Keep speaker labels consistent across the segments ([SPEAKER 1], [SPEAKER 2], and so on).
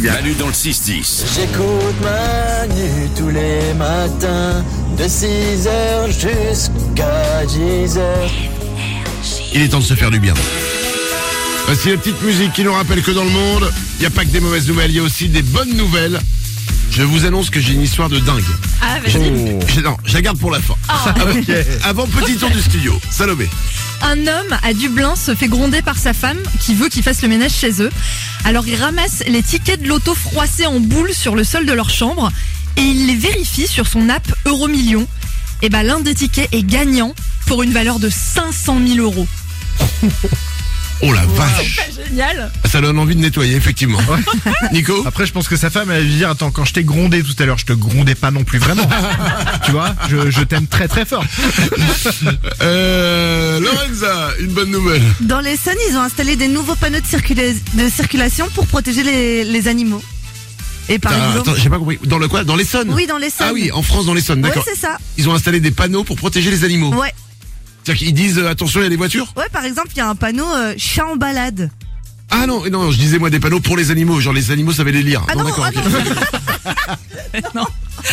[SPEAKER 1] bien.
[SPEAKER 2] Manu dans le 6-10.
[SPEAKER 3] J'écoute Manu tous les matins, de 6h jusqu'à 10h.
[SPEAKER 4] Il est temps de se faire du bien. Voici la petite musique qui nous rappelle que dans le monde, il n'y a pas que des mauvaises nouvelles, il y a aussi des bonnes nouvelles. Je vous annonce que j'ai une histoire de dingue.
[SPEAKER 5] Ah, vas-y.
[SPEAKER 4] Je- non, je la garde pour la fin.
[SPEAKER 6] Oh.
[SPEAKER 4] Ah, Avant, petit tour du studio. Salomé.
[SPEAKER 5] Un homme à Dublin se fait gronder par sa femme qui veut qu'il fasse le ménage chez eux. Alors il ramasse les tickets de loto froissés en boule sur le sol de leur chambre et il les vérifie sur son app Euromillion. Et ben l'un des tickets est gagnant pour une valeur de 500 000 euros.
[SPEAKER 4] Oh la vache.
[SPEAKER 5] Ah, Génial
[SPEAKER 4] Ça donne envie de nettoyer, effectivement. Nico
[SPEAKER 1] Après, je pense que sa femme, elle va lui dire, attends, quand je t'ai grondé tout à l'heure, je te grondais pas non plus vraiment. tu vois, je, je t'aime très très fort.
[SPEAKER 6] Ah.
[SPEAKER 4] euh, Lorenza, une bonne nouvelle.
[SPEAKER 6] Dans les l'Essonne, ils ont installé des nouveaux panneaux de, circula- de circulation pour protéger les, les animaux. Et par
[SPEAKER 4] Ah,
[SPEAKER 6] exemple,
[SPEAKER 4] attends, j'ai pas compris. Dans le quoi Dans l'Essonne
[SPEAKER 6] oui, dans les l'Essonne.
[SPEAKER 4] Ah oui, en France, dans l'Essonne,
[SPEAKER 6] Ouais,
[SPEAKER 4] d'accord.
[SPEAKER 6] c'est ça.
[SPEAKER 4] Ils ont installé des panneaux pour protéger les animaux.
[SPEAKER 6] Ouais.
[SPEAKER 4] C'est-à-dire qu'ils disent, euh, attention, il y a des voitures
[SPEAKER 6] Ouais, par exemple, il y a un panneau euh, chat en balade.
[SPEAKER 4] Ah non, non, je disais, moi, des panneaux pour les animaux. Genre, les animaux savaient les lire.
[SPEAKER 6] Ah non,
[SPEAKER 4] d'accord.
[SPEAKER 6] ah
[SPEAKER 4] ok.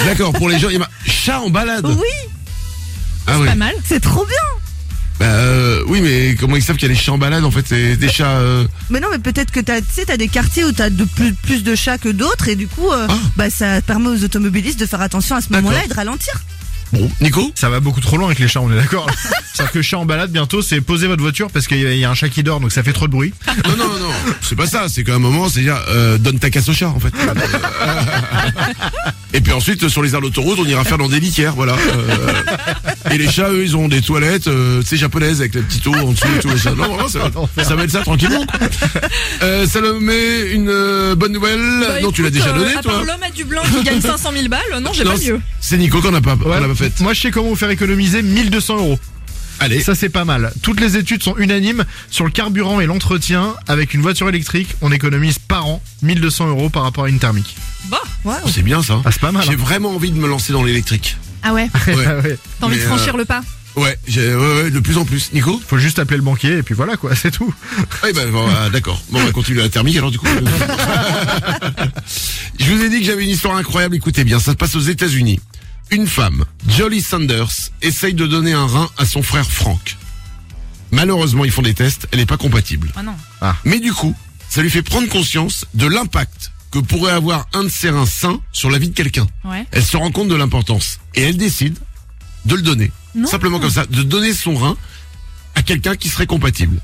[SPEAKER 4] D'accord, pour les gens, il y a ma- chat en balade.
[SPEAKER 6] Oui,
[SPEAKER 4] ah oui.
[SPEAKER 5] Pas mal.
[SPEAKER 6] c'est trop bien.
[SPEAKER 4] Bah, euh, oui, mais comment ils savent qu'il y a des chats en balade en fait C'est des chats. euh,
[SPEAKER 6] Mais non, mais peut-être que t'as, tu sais, t'as des quartiers où t'as de plus, plus de chats que d'autres et du coup, euh,
[SPEAKER 4] Ah.
[SPEAKER 6] bah ça permet aux automobilistes de faire attention à ce
[SPEAKER 4] D'accord.
[SPEAKER 6] moment-là et de ralentir.
[SPEAKER 4] Bon, Nico
[SPEAKER 1] Ça va beaucoup trop loin avec les chats, on est d'accord. C'est-à-dire que chat en balade, bientôt, c'est poser votre voiture parce qu'il y a- il y a un chat qui dort, donc ça fait trop de bruit.
[SPEAKER 4] Non, non, non, non. C'est pas ça. C'est qu'à un moment, c'est dire euh, donne ta casse au chat en fait. Euh, Et puis ensuite, sur les aires d'autoroute, on ira faire dans des litières, voilà. Euh, Et les chats, eux, ils ont des toilettes, euh, tu sais, japonaises avec les petits eau en dessous et tout. et ça. Non, vraiment, ça, va- ça va être ça tranquillement. quoi. Euh, Salomé, une euh, bonne nouvelle
[SPEAKER 5] Bah,
[SPEAKER 4] Non, tu l'as
[SPEAKER 5] écoute,
[SPEAKER 4] déjà
[SPEAKER 5] euh,
[SPEAKER 4] donnée,
[SPEAKER 5] à part
[SPEAKER 4] toi
[SPEAKER 5] l'homme à Dublin qui gagne 500 000 balles, non, j'ai
[SPEAKER 4] Non,
[SPEAKER 5] pas mieux.
[SPEAKER 4] C'est Nico qu'on n'a pas, qu'on
[SPEAKER 1] Ouais.
[SPEAKER 4] n'a pas faite.
[SPEAKER 1] Moi, je sais comment vous faire économiser 1200 euros.
[SPEAKER 4] Allez.
[SPEAKER 1] Ça, c'est pas mal. Toutes les études sont unanimes sur le carburant et l'entretien. Avec une voiture électrique, on économise par an 1200 euros par rapport à une thermique.
[SPEAKER 5] Bah,
[SPEAKER 6] Ouais.
[SPEAKER 4] Oh, C'est bien ça.
[SPEAKER 1] Ah, c'est pas mal.
[SPEAKER 4] J'ai vraiment envie de me lancer dans l'électrique.
[SPEAKER 5] ah ouais,
[SPEAKER 4] Ouais.
[SPEAKER 1] Ah ouais.
[SPEAKER 5] t'as envie de
[SPEAKER 4] Mais, euh,
[SPEAKER 5] franchir le pas.
[SPEAKER 4] Ouais, j'ai- ouais, ouais, de plus en plus. Nico
[SPEAKER 1] Faut juste appeler le banquier et puis voilà quoi, c'est tout.
[SPEAKER 4] Oui, ben, bon, ah, d'accord. Bon, on va continuer la thermique alors du coup. Je vous ai dit que j'avais une histoire incroyable. Écoutez bien, ça se passe aux États-Unis. Une femme, Jolie Sanders, essaye de donner un rein à son frère Frank. Malheureusement, ils font des tests, elle n'est pas compatible.
[SPEAKER 5] Ah non.
[SPEAKER 4] Mais du coup, ça lui fait prendre conscience de l'impact que pourrait avoir un de ses reins sains sur la vie de quelqu'un.
[SPEAKER 5] Ouais.
[SPEAKER 4] Elle se rend compte de l'importance et elle décide de le donner.
[SPEAKER 5] Non.
[SPEAKER 4] Simplement comme ça, de donner son rein à quelqu'un qui serait compatible.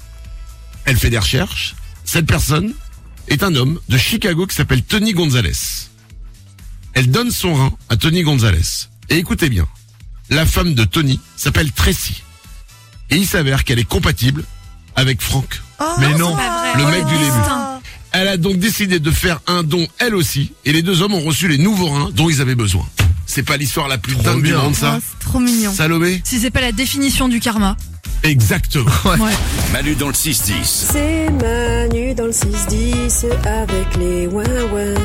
[SPEAKER 4] Elle fait des recherches. Cette personne est un homme de Chicago qui s'appelle Tony Gonzalez. Elle donne son rein à Tony Gonzalez. Et écoutez bien, la femme de Tony s'appelle Tracy. Et il s'avère qu'elle est compatible avec Franck.
[SPEAKER 6] Oh,
[SPEAKER 1] Mais non.
[SPEAKER 5] Pas
[SPEAKER 4] Le
[SPEAKER 5] vrai.
[SPEAKER 4] mec
[SPEAKER 5] Oh,
[SPEAKER 4] du début. Elle a donc décidé de faire un don elle aussi, et les deux hommes ont reçu les nouveaux reins dont ils avaient besoin. C'est pas l'histoire la plus dingue du
[SPEAKER 1] bien.
[SPEAKER 4] monde, ça
[SPEAKER 6] Oh, c'est trop mignon.
[SPEAKER 4] Salomé
[SPEAKER 5] Si c'est pas la définition du karma.
[SPEAKER 4] Exactement.
[SPEAKER 2] Manu dans le 6-10.
[SPEAKER 7] C'est Manu dans le 6-10 avec les ouin-ouin.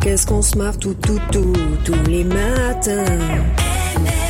[SPEAKER 7] Qu'est-ce qu'on se marre tout, tout, tout, tous les matins.